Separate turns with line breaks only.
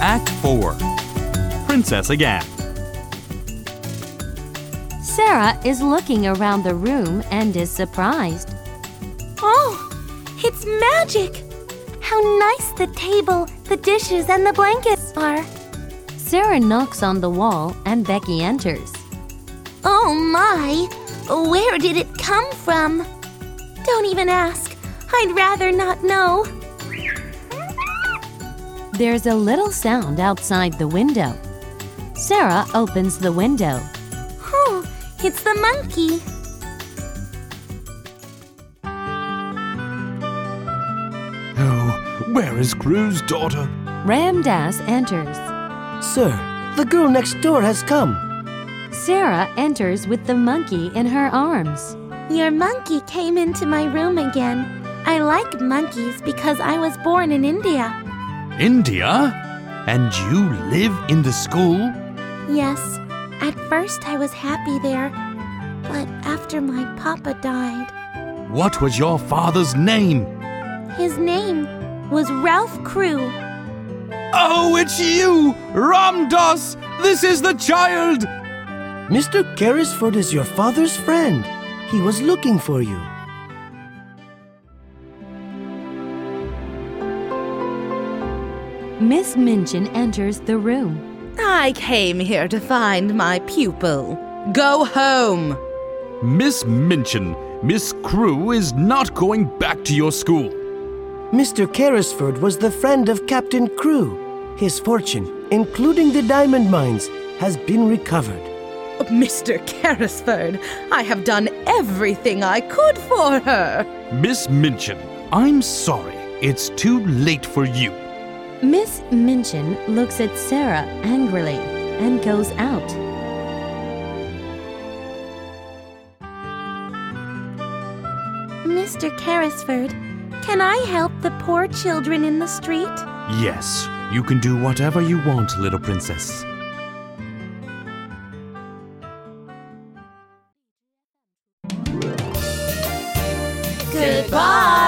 Act 4 Princess Again.
Sarah is looking around the room and is surprised.
Oh, it's magic! How nice the table, the dishes, and the blankets are.
Sarah knocks on the wall and Becky enters.
Oh my! Where did it come from? Don't even ask. I'd rather not know.
There's a little sound outside the window. Sarah opens the window.
Oh, it's the monkey.
Oh, where is Gru's daughter?
Ram Dass enters.
Sir, the girl next door has come.
Sarah enters with the monkey in her arms.
Your monkey came into my room again. I like monkeys because I was born in India.
India? And you live in the school?
Yes, at first I was happy there, but after my papa died,
What was your father's name?
his name was Ralph Crew.
Oh, it's you! Ramdas! This is the child!
Mr. Carrisford is your father's friend. He was looking for you.
Miss Minchin enters the room.
I came here to find my pupil. Go home.
Miss Minchin, Miss Crew is not going back to your school.
Mr. Carrisford was the friend of Captain Crew. His fortune, including the diamond mines, has been recovered.
Mr. Carrisford, I have done everything I could for her.
Miss Minchin, I'm sorry. It's too late for you.
Miss Minchin looks at Sarah angrily and goes out.
Mr. Carrisford, can I help the poor children in the street?
Yes, you can do whatever you want, little princess.
Goodbye!